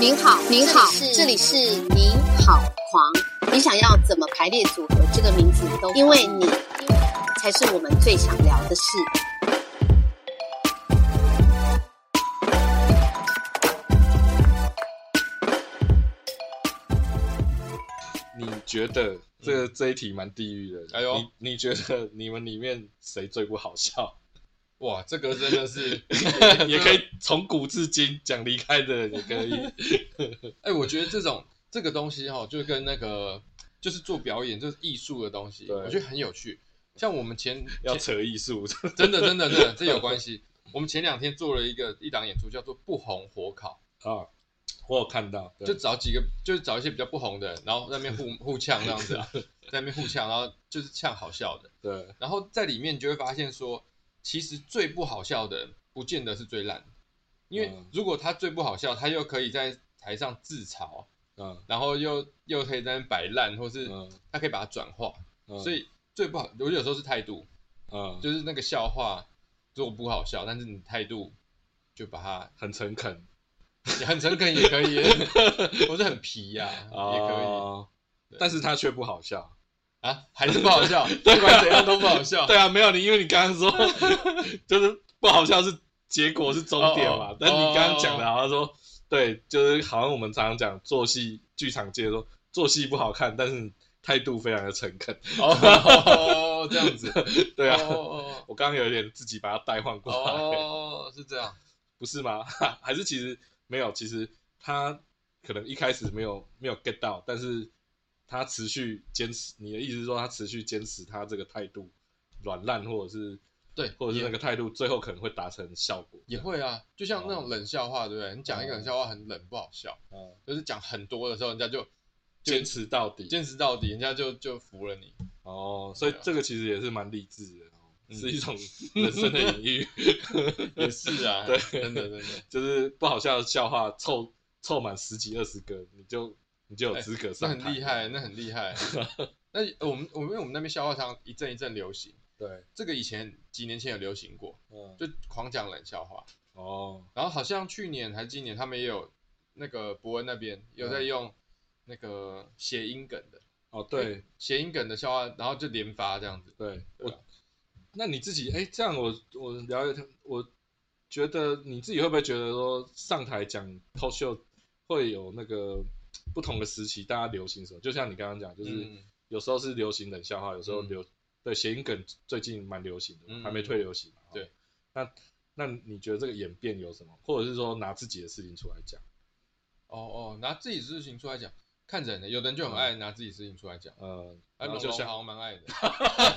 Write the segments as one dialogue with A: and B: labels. A: 您好，您好，这里是您好狂。你想要怎么排列组合这个名字都，因为你才是我们最想聊的事。
B: 你觉得这这一题蛮地狱的？
C: 嗯哎呦
B: 你你觉得你们里面谁最不好 笑？
C: 哇，这个真的是
B: 也可以从古至今讲离开的人也可 以。
C: 哎、我觉得这种这个东西哈、就跟那个就是做表演，就是艺术的东西，
B: 对
C: 我觉得很有趣。像我们前
B: 要扯艺术，
C: 前真的真的真的这有关系。我们前两天做了一个一档演出，叫做“不红火烤
B: 啊，我有看到，”，
C: 就
B: 对
C: 找几个就是找一些比较不红的人，然后在那 边互互呛这样子啊，在那边互呛，然后就是呛好笑的。
B: 对
C: 然后在里面你就会发现说，其实最不好笑的人不见得是最烂的，因为
B: 嗯
C: 如果他最不好笑，他又可以在台上自嘲，
B: 嗯
C: 然后又又可以在那边摆烂，或是
B: 嗯
C: 他可以把它转化。
B: 嗯，
C: 所以最不好，我觉得有时候是态度，
B: 嗯，就
C: 就是那个笑话如果不好笑，但是你态度就 把它
B: 很诚恳，
C: 你很诚恳也可以， 我是很皮呀、也可
B: 哦
C: 对
B: 但是他却不好笑。
C: 以啊，还是不 好笑，
B: 啊
C: 不管怎样都不好笑。
B: 对啊，没有你，因为你刚刚 说就是不好笑是结果是终点嘛，
C: 哦哦
B: 但你刚刚讲的好像说，对，就是好像我们常常讲做戏，剧场界说做戏不好看，但是态度非常的诚恳。
C: 哦，这样子，
B: 对啊，
C: 哦
B: 我刚刚有点自己把它代换
C: 哦
B: 过来，
C: 哦，是这样，
B: 不是吗？ 还是其实没有，其实他可能一开始没有没有 get 到，但是他持续坚持。你的意思是说他持续坚持他这个态度软烂，或者是
C: 对，
B: 或者是
C: 也
B: 那个态度，最后可能会达成效果。
C: 也会啊，就像那种冷笑话，对不对？你讲一个冷笑话很冷，不好笑，
B: 嗯，
C: 就是讲很多的时候，人家就
B: 坚持到底。
C: 坚持到底，人家就就服了你。
B: 哦，所以
C: 对啊
B: 这个其实也是蛮励志的、哦，
C: 嗯
B: 是一种人生的隐喻，
C: 也是 啊，
B: 对
C: 真的真的。
B: 就是不好笑的笑话凑凑满十几二十个，你就你就有资格
C: 那
B: 上台、
C: 哎很厉害，那很 厉害。那呃我们我们因为我们那边消化汤一阵一阵流行，
B: 对，
C: 这个以前几年前有流行过，
B: 嗯，
C: 就狂讲冷笑话。
B: 哦，
C: 然后好像去年还今年，他们也有那个伯恩那边有
B: 嗯
C: 在用那个谐音梗的
B: 哦，对，
C: 谐音梗的笑话，然后就连发这样子。
B: 对，
C: 对
B: 我
C: 啊
B: 那你自己哎，这样我我了解他，我觉得你自己会不会觉得说上台讲脱秀会有那个不同的时期，大家流行什么？就像你刚刚讲，就是
C: 嗯
B: 有时候是流行冷笑话，有时候
C: 嗯
B: 流、对谐音梗最近蛮流行的嘛，
C: 嗯
B: 还没退流行嘛。
C: 对
B: 哦，那那你觉得这个演变有什么？或者是说拿自己的事情出来讲？
C: 哦哦，拿自己事情出来讲，看人的，有的人就
B: 嗯
C: 很爱拿自己事情出来讲，
B: 呃，
C: 啊，
B: 然后
C: 龙
B: 就
C: 龙好
B: 像，
C: 像蛮爱的，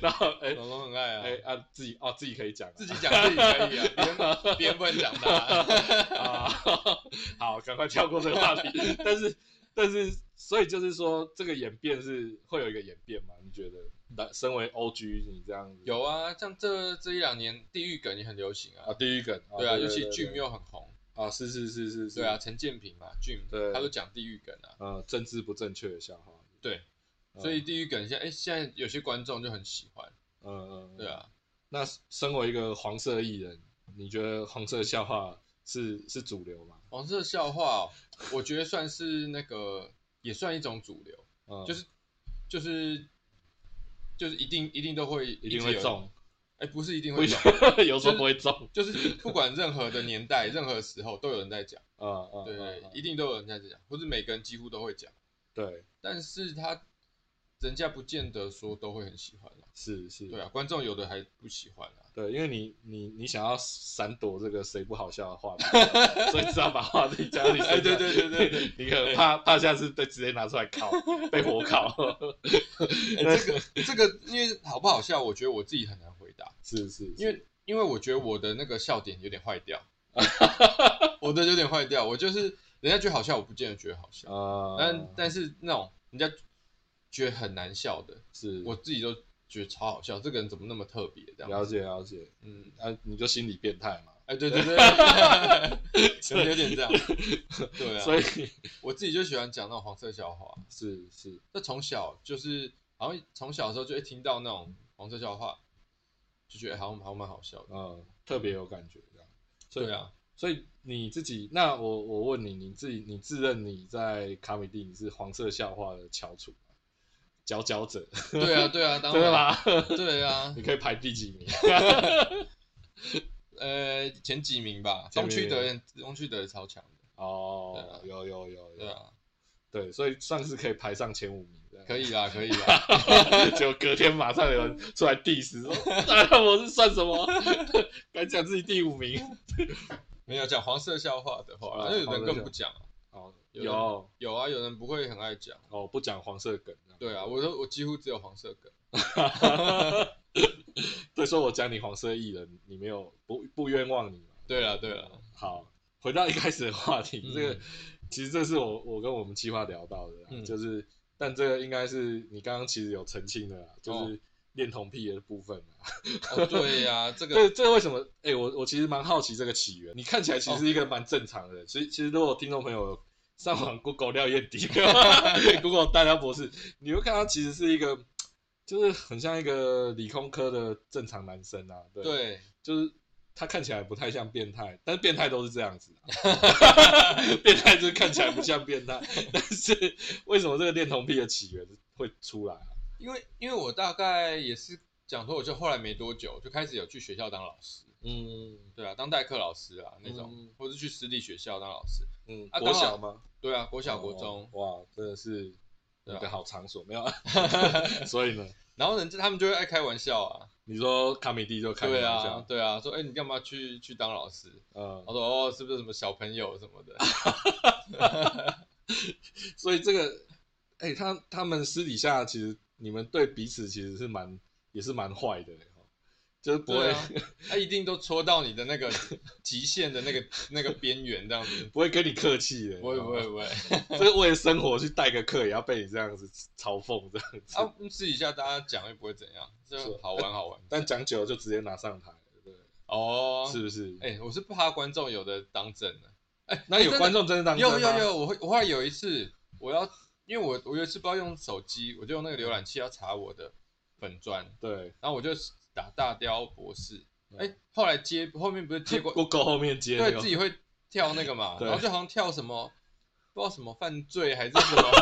B: 然后哎
C: 龙龙很爱
B: 哎
C: 啊，
B: 啊自己哦自己可以讲啊、
C: 自己讲自己可以啊， 别人别人不能讲他啊。
B: 啊，好，赶快跳过这个话 题。但是，但是，所以就是说，这个演变是会有一个演变吗？你觉得？那身为 OG，你这样子
C: 有啊，像这这一两年地狱梗也很流行
B: 啊，
C: 啊，
B: 地狱梗，
C: 对啊，尤
B: 尤
C: 其
B: 其
C: Jim 又很红，
B: 啊，是是是是是，
C: 对啊，，陈建平嘛，Jim，
B: 对
C: 他都讲地狱梗啊，
B: 呃，政治不正确的笑话，
C: 对
B: 嗯，
C: 所以地狱梗现在哎，现在有些观众就很喜欢，
B: 嗯嗯，
C: 对。啊，
B: 那身为一个黄色艺人，你觉得黄色笑话是是主流吗？
C: 黄色笑话哦，我觉得算是那个也算一种主流，
B: 嗯，
C: 就是就是就是一定一定都会
B: 一
C: 直
B: 定会
C: 有，
B: 中，
C: 哎，不是一定
B: 不
C: 会
B: 一
C: 中，
B: 定 有时候不会中，
C: 就是不管任何的年代、 任何时候都有人在讲，
B: 啊啊，
C: 对对，
B: 嗯
C: 对一定都有人在讲，或是每个人几乎都会讲。
B: 对，
C: 但是他人家不见得说都会很喜欢啊。
B: 是是，
C: 对啊，观众有的还不喜欢 啊。
B: 对，因为你你你想要闪躲这个谁不好笑的话题，所以只好把话题加到你身上。
C: 哎对对对对对，
B: 你可能怕怕下次被直接拿出来烤，被火 烤。
C: 哎这个这个，因为好不好笑，我觉得我自己很难回答，
B: 是是，
C: 因为因为我觉得我的那个笑点有点坏 掉，我的有点坏掉，我就是人家觉得好笑，我不见得觉得好笑，
B: 啊，
C: 但但是那种人家觉得很难笑的，
B: 是
C: 我自己都觉得超好笑，这个人怎么那么特别这
B: 了
C: 样？
B: 解了解，
C: 嗯，
B: 啊，你就心理变态嘛。
C: 哎，对对 对，可能有点这样， 对啊，
B: 所以
C: 我自己就喜欢讲那种黄色笑话，
B: 是是
C: 那从小就是好像从小的时候就会听到那种黄色笑话，就觉得哎好像好像蛮好笑的。
B: 呃，特别有感觉这样。所以
C: 对啊，
B: 所以你自己，那我我问你，你自己你自认你在卡米蒂你是黄色笑话的翘楚吗，佼佼者，
C: 对啊，对啊，当
B: 对
C: 然，
B: 吧？
C: 对啊
B: 你，可以排第几 名？
C: 呃，前几名吧，
B: 前
C: 东
B: 面
C: 区德也东区德也超强的，对
B: 哦
C: 啊，
B: 有有有
C: 对
B: 有，
C: 啊，
B: 对，所以算是可以排上前五名这样。
C: 可以啦，可以啦，
B: 结果隔天马上有人出来 diss 说，啊、我是算什么？ 敢讲自己第五名？
C: 没有讲黄色笑话的
B: 哦
C: 话，那有
B: 黄色
C: 人更
B: 笑
C: 不讲啊，
B: 哦，
C: 有
B: 有
C: 有啊，有人不会很爱讲，
B: 哦，不讲黄色梗这样。
C: 对啊，我都我几乎只有黄色梗，
B: 对，所以我讲你黄色艺人，你没有不不冤枉你嘛？
C: 对啦，对啦，
B: 好，回到一开始的话题，
C: 嗯
B: 这个其实这是我我跟我们计划聊到的啦，
C: 嗯
B: 就是但这个应该是你刚刚其实有澄清的啦，就是
C: 哦
B: 恋童癖的部分啦。
C: 哦，对呀，这个
B: 这这为什么？哎、我我其实蛮好奇这个起源。你看起来其实是一个蛮正常的人，所以其实如果听众朋友上网 Google 廖彦迪 ，Google 大家博士，你会看他其实是一个，就是很像一个理工科的正常男生啊。对，
C: 对，
B: 就是他看起来不太像变态，但是变态都是这样子、啊， 变态就是看起来不像变态，但是为什么这个恋童癖的起源会出来啊？
C: 因为因为我大概也是讲说，我就后来没多久就开始有去学校当老师，
B: 嗯
C: 对啊，当代课老师啊那种
B: 嗯，
C: 或是去私立学校当老师，
B: 嗯，
C: 啊
B: 国
C: 刚好
B: 小吗？
C: 对啊，国小国中，
B: 哦哇，真的是一
C: 对啊
B: 个好场所， 没有啊？ 所以呢，
C: 然后人家他们就会爱开玩笑啊，
B: 你说卡米蒂就开玩
C: 对啊
B: 笑，，
C: 对啊，说哎、你干嘛去去当老师？
B: 嗯
C: 我，说哦，是不是什么小朋友什么 的？
B: 所以这个，哎，他他们私底下其实你们对彼此其实是蛮也是蛮坏的，哦就是不
C: 对
B: 会
C: 啊，他一定都戳到你的那个极限的那个那个边缘这样子。
B: 不会跟你客气的，
C: 不会不会
B: 哦，
C: 不会，
B: 这个为了生活去代个课也要被你这样子嘲讽这样子，
C: 啊，私底下大家讲又不会怎样，
B: 是
C: 就好玩好玩。
B: 但讲久了就直接拿上台了，对不对，
C: 哦，
B: 是不是？
C: 哎、我是怕观众有的当真的。
B: 那有
C: 真的
B: 观众真的当真
C: 有有
B: 吗，
C: 有，我会我后来有一次，我要因为我我有一次不知道用手机，我就用那个浏览器要查我的粉砖，
B: 对
C: 然后我就打大雕博士，
B: 嗯
C: 哎、后来接后面不是接过，
B: ，Google 后面接的
C: 对
B: 有
C: 自己会跳那个嘛，
B: 对
C: 然后就好像跳什么不知道什么犯罪还是什么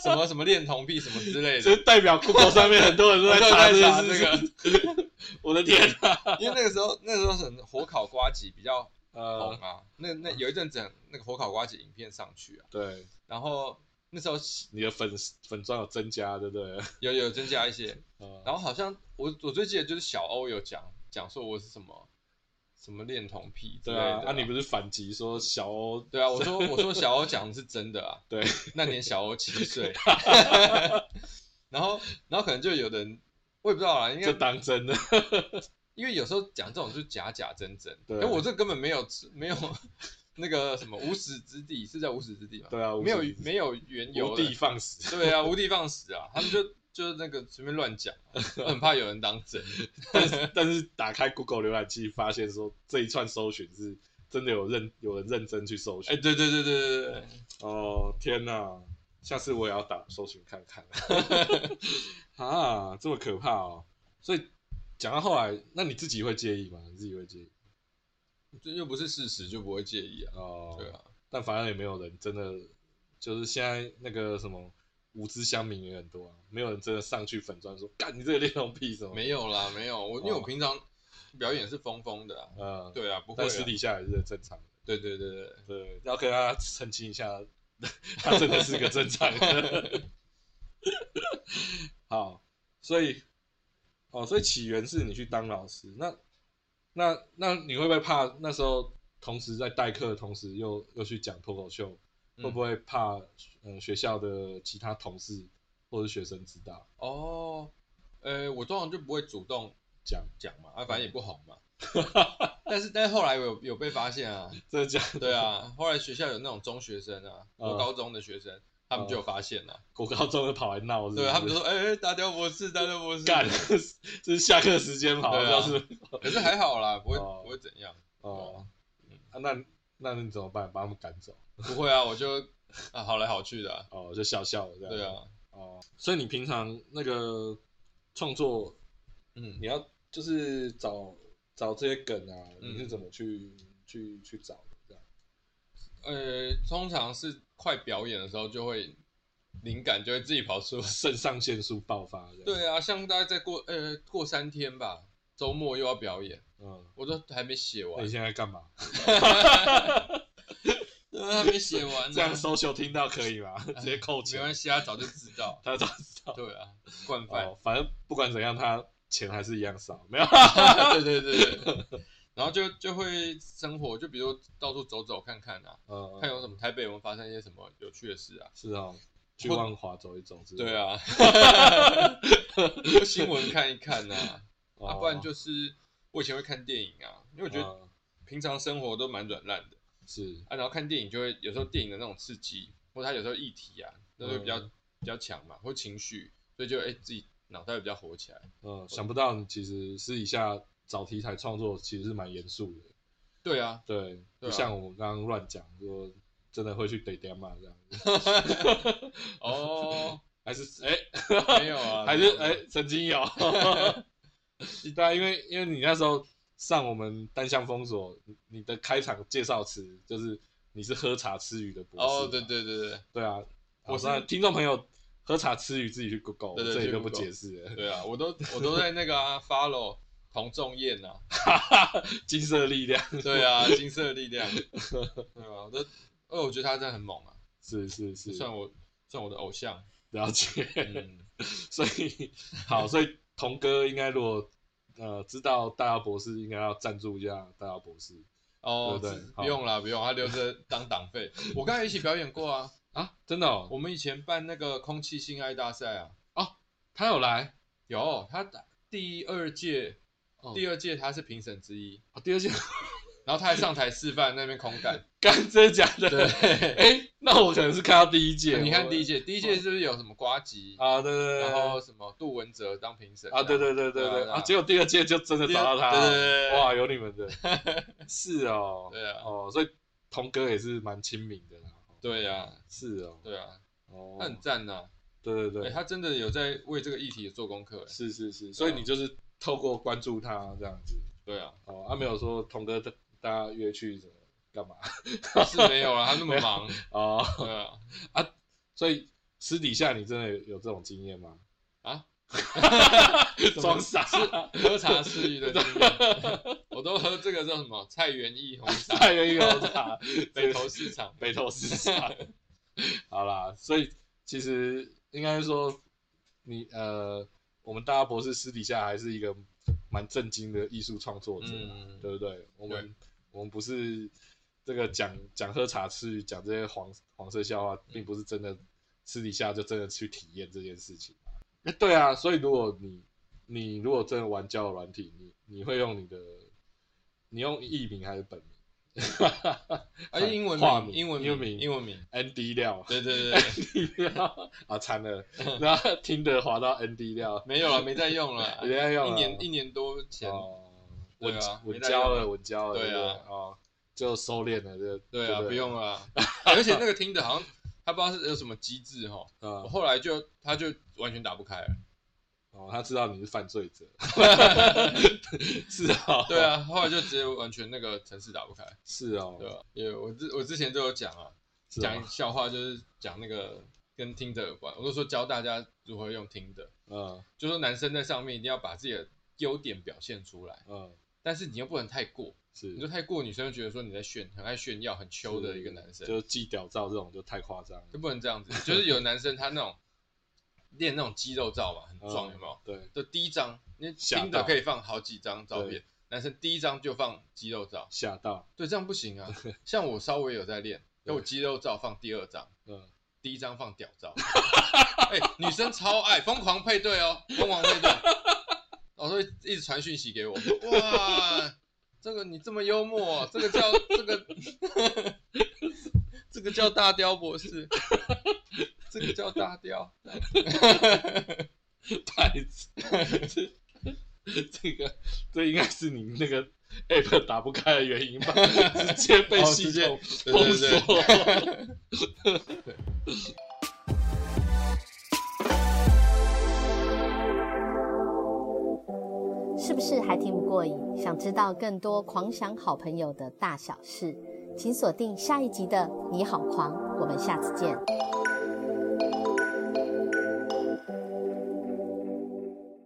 C: 什么什么恋童癖什么之类
B: 这
C: 的，
B: 代表 Google 上面很多人都在查 这
C: 我都在
B: 件
C: 查
B: 事
C: 这
B: 情
C: 个。
B: 我的 天啊！
C: 因为那个时候那个时候很火烤瓜子比较红
B: 呃，
C: 啊，那那有一阵子很那个火烤瓜子影片上去啊，
B: 对，
C: 然后那时候
B: 你的粉粉钻有增加，对不 对？
C: 有有增加一些。
B: 呃，
C: 然后好像我我最记得就是小欧有讲讲说我是什么什么恋童癖之
B: 对
C: 类的、
B: 啊，那、你不是反击说小欧
C: 对啊，我说我说小欧讲的是真的啊，
B: 对，
C: 那年小欧七 岁， 然后然后可能就有人我也不知道啦，应
B: 就
C: 该
B: 当真的？
C: 因为有时候讲这种就是假假真真，
B: 对
C: 可我这根本没有没有那个什么无始之地是叫无始之地吗？
B: 对啊，
C: 没有
B: 无地
C: 没有缘由
B: 无
C: 的
B: 地放矢，
C: 对啊，无地放矢啊，他们就就那个随便乱讲啊， 我很怕有人当真。
B: 但是但是打开 Google 浏览器，发现说这一串搜寻是真的有认有人认真去搜
C: 哎、
B: 寻。
C: 对对对对对对对，
B: 哦，天哪！下次我也要打搜寻看 看。啊，这么可怕哦！所以讲到后来，那你自己会介意吗？你自己会介意？
C: 这又不是事实，就不会介意啊。
B: 哦，
C: 对啊，
B: 但反正也没有人真的，就是现在那个什么无知乡民也很多啊，没有人真的上去粉砖说干你这个恋童癖什么，
C: 没有啦，没有，我因为
B: 哦
C: 我平常表演是疯疯的啊。
B: 呃，
C: 对啊，不会
B: 但
C: 啊。
B: 私底下也是正常的，
C: 对对对对，
B: 对，要跟大家澄清一下，他真的是个正常的。好，所以哦，所以起源是你去当老师，那那那你会不会怕那时候同时在代课的同时又又去讲脱口秀？
C: 嗯
B: 会不会怕嗯学校的其他同事或者学生知道
C: 哦，呃，我通常就不会主动
B: 讲？
C: 讲嘛，啊，反正也不红嘛。 但是但是后来我有有被发现啊，
B: 真的假的？
C: 对，啊，后来学校有那种中学生啊，
B: 嗯
C: 国高中的学生，他们就有发现了，
B: 国高中的跑来闹是不是，
C: 对他们就说，哎，哎大雕博士，大雕博
B: 嗯
C: 士，
B: 干， 这是下课时间跑，
C: 对啊
B: 要是
C: 可是还好啦，不会
B: 哦
C: 不会怎样，
B: 哦，
C: 嗯
B: 啊那那你怎么办？把他们赶走？
C: 不会啊，我就啊好来好去的啊，
B: 哦，就笑笑的这样。
C: 对，啊，
B: 所以你平常那个创作，
C: 嗯，
B: 你要就是找找这些梗啊，
C: 嗯
B: 你是怎么去、去去找的？这样
C: 呃，通常是快表演的时候就会灵感就会自己跑出来。
B: 肾上腺素爆发这样。，
C: 对啊，像大概再过呃过三天吧，周末又要表演，
B: 嗯，
C: 我都还没写
B: 那
C: 完
B: 你，现在干嘛？
C: 都还没写完呢。
B: 这样 social 听到可以吗？直接扣
C: 啊没关
B: 钱，。
C: 系，他啊早就知道
B: 他早知道。
C: 对啊，惯犯。
B: 哦，反正不管怎样，他钱还是一样少，没有。
C: 对 对对 对。然后就就会生活，就比如到处走走看看啊，
B: 嗯，
C: 看有什么台北有没有发生一些什么有趣的事啊。
B: 是哦，去万华走一走之类的。
C: 对啊， 新闻看一看呐、啊，
B: 哦，
C: 不然就是我以前会看电影啊，因为我觉得
B: 嗯
C: 平常生活都蛮软烂的
B: 是
C: 啊，然后看电影就会有时候电影的那种刺激，或者它有时候议题啊，那就比
B: 嗯
C: 较、比较强嘛，或情绪，所以就哎、自己脑袋会比较活起来。
B: 嗯，想不到你其实私底下找题材创作其实是蛮严肃的，
C: 对 啊，
B: 对，
C: 对
B: 不
C: 啊
B: 像我刚刚乱讲说真的会去怼爹骂这样，
C: 哦，
B: 还是哎、
C: 没 有啊，
B: 还
C: 没
B: 是
C: 有啊
B: 哎、曾经 有，对啊，因为因为你那时候上我们单向封锁，你你的开场介绍词就是你是喝茶吃鱼的博士嘛，
C: 哦，对对对对
B: 对啊，
C: 我
B: 我
C: 是
B: 是听众朋友喝茶吃鱼自己去 Google，
C: 对
B: 我
C: 对
B: 这里
C: 去
B: 就不
C: Google
B: 解释 了。
C: 对啊， 我都我都在那个啊 follow 童仲彦啊，
B: 金色力量
C: 对啊，金色力量，对啊，我都，哦，我觉得他真的很猛啊，
B: 是是是，
C: 算我算我的 偶像，
B: 了解。
C: 嗯，
B: 所以好，所以童哥应该如果呃知道大姚博士，应该要赞助一下大姚博士
C: 哦，
B: 对不对
C: 这
B: 好
C: 不用啦，不用，他留着当党费。我刚才一起表演过啊，
B: 啊！真的哦，
C: 我们以前办那个空气性爱大赛啊，
B: 他有来，
C: 有他打第二届
B: 哦，
C: 第二届他是评审之一，
B: 哦、第二届
C: 然后他还上台示范那边空干，
B: 干真的假
C: 对 啊
B: 的？，哎、那我可能是看到第一届，
C: 哦你看第一
B: 届
C: 届，第一届是不是有什么瓜吉，
B: 哦啊，对对对，
C: 然后什么杜文泽当评审
B: 啊，对对对对
C: 对啊
B: 对
C: 对啊
B: 啊，结果第二届就真的
C: 第
B: 找
C: 二
B: 到他，
C: 对对对对对
B: 哇，有你们的，是哦，
C: 对啊
B: 哦，所以童哥也是蛮亲民的啦，哦
C: 对呀，
B: 是哦，
C: 对啊，他
B: 哦
C: 很，赞呐，
B: 对对
C: 哎，
B: 对，
C: 他真的有在为这个议题做功课，哎
B: 是是是，所以你就是透过关注他这样子。
C: 对啊，
B: 哦，他、没有说童哥大大家约去什么干嘛
C: 是没有啊，他那 么忙，
B: 哦，
C: 对啊，
B: 所以私底下你真的有有这种经验吗？
C: 啊，
B: 装傻
C: 喝茶吃鱼的经 验，我都喝这个叫什么菜园艺红茶，
B: 太有有茶，
C: 北投市场，
B: 北投市场。 好啦，所以其实应该说你呃，我们大家博士私底下还是一个蛮震惊的艺术创作者啦，
C: 嗯
B: 对不对？我们我们不是这个讲讲喝茶吃鱼讲这些黄黄色笑话，并不是真的私底下就真的去体验这件事情嘛。哎，对啊，所以如果你你如果真的玩交友软体，你你会用你的你用艺名还是本名？
C: 哎，英文
B: 化
C: 名，
B: 名
C: 英文
B: 英文
C: 名，
B: 名
C: 英文名，
B: ND 料
C: 对对对，
B: ，ND 料 啊，惨 了，然后听的滑到 ND 料，
C: 没有了，没在 用了，
B: 人家要
C: 啊一年一年多前，
B: 哦，我
C: 对啊
B: 我
C: 没在
B: 教
C: 用
B: 了，我教了，
C: 对啊
B: 不哦，就收敛了，就
C: 对啊，
B: 就
C: 不用了啊， 哎而且那个听的好像他不知道是有什么机制哈，
B: 啊
C: 我，后来就他就完全打不开了，
B: 哦，他知道你是犯罪 者， 是啊，
C: 对，啊，后来就直接完全那个城市打不开，
B: 是哦，
C: 对吧？也我之我之前就有讲啊，
B: 是
C: 讲
B: 哦
C: 一笑话就是讲那个跟听的有关，我就说教大家如何用听的，
B: 嗯
C: 就说男生在上面一定要把自己的优点表现出来，
B: 嗯，
C: 但是你又不能太过，
B: 是
C: 你就太过，女生就觉得说你在炫，很爱炫耀、很秋的一个男生，
B: 就寄屌照这种就太夸张了，
C: 就不能这样子。就是有男生他那种练那种肌肉照嘛，很壮，
B: 嗯
C: 有没有？
B: 对，
C: 就第一张，你
B: 吓
C: 听的
B: 到
C: 可以放好几张照片，男生第一张就放肌肉照，
B: 吓到，
C: 对，这样不行 啊。像我稍微有在练，
B: 对
C: 那我肌肉照放第二张，
B: 嗯，
C: 第一张放屌照，哎、女生超爱，疯狂配对哦，疯狂配对，老师会一直传讯息给我，哇，这个你这么幽默、哦这个叫这 个，这个叫大雕博士，这个叫大雕，
B: 太这这个这应该是你那个 app 打不开的原 因吧，直接被
C: 哦
B: 系
C: 直接
B: 统
C: 对
B: 封
C: 对对，
B: 锁。
A: 是是不是还听不过瘾？想知道更多狂想好朋友的大小事，请锁定下一集的《你好狂》，我们下次见。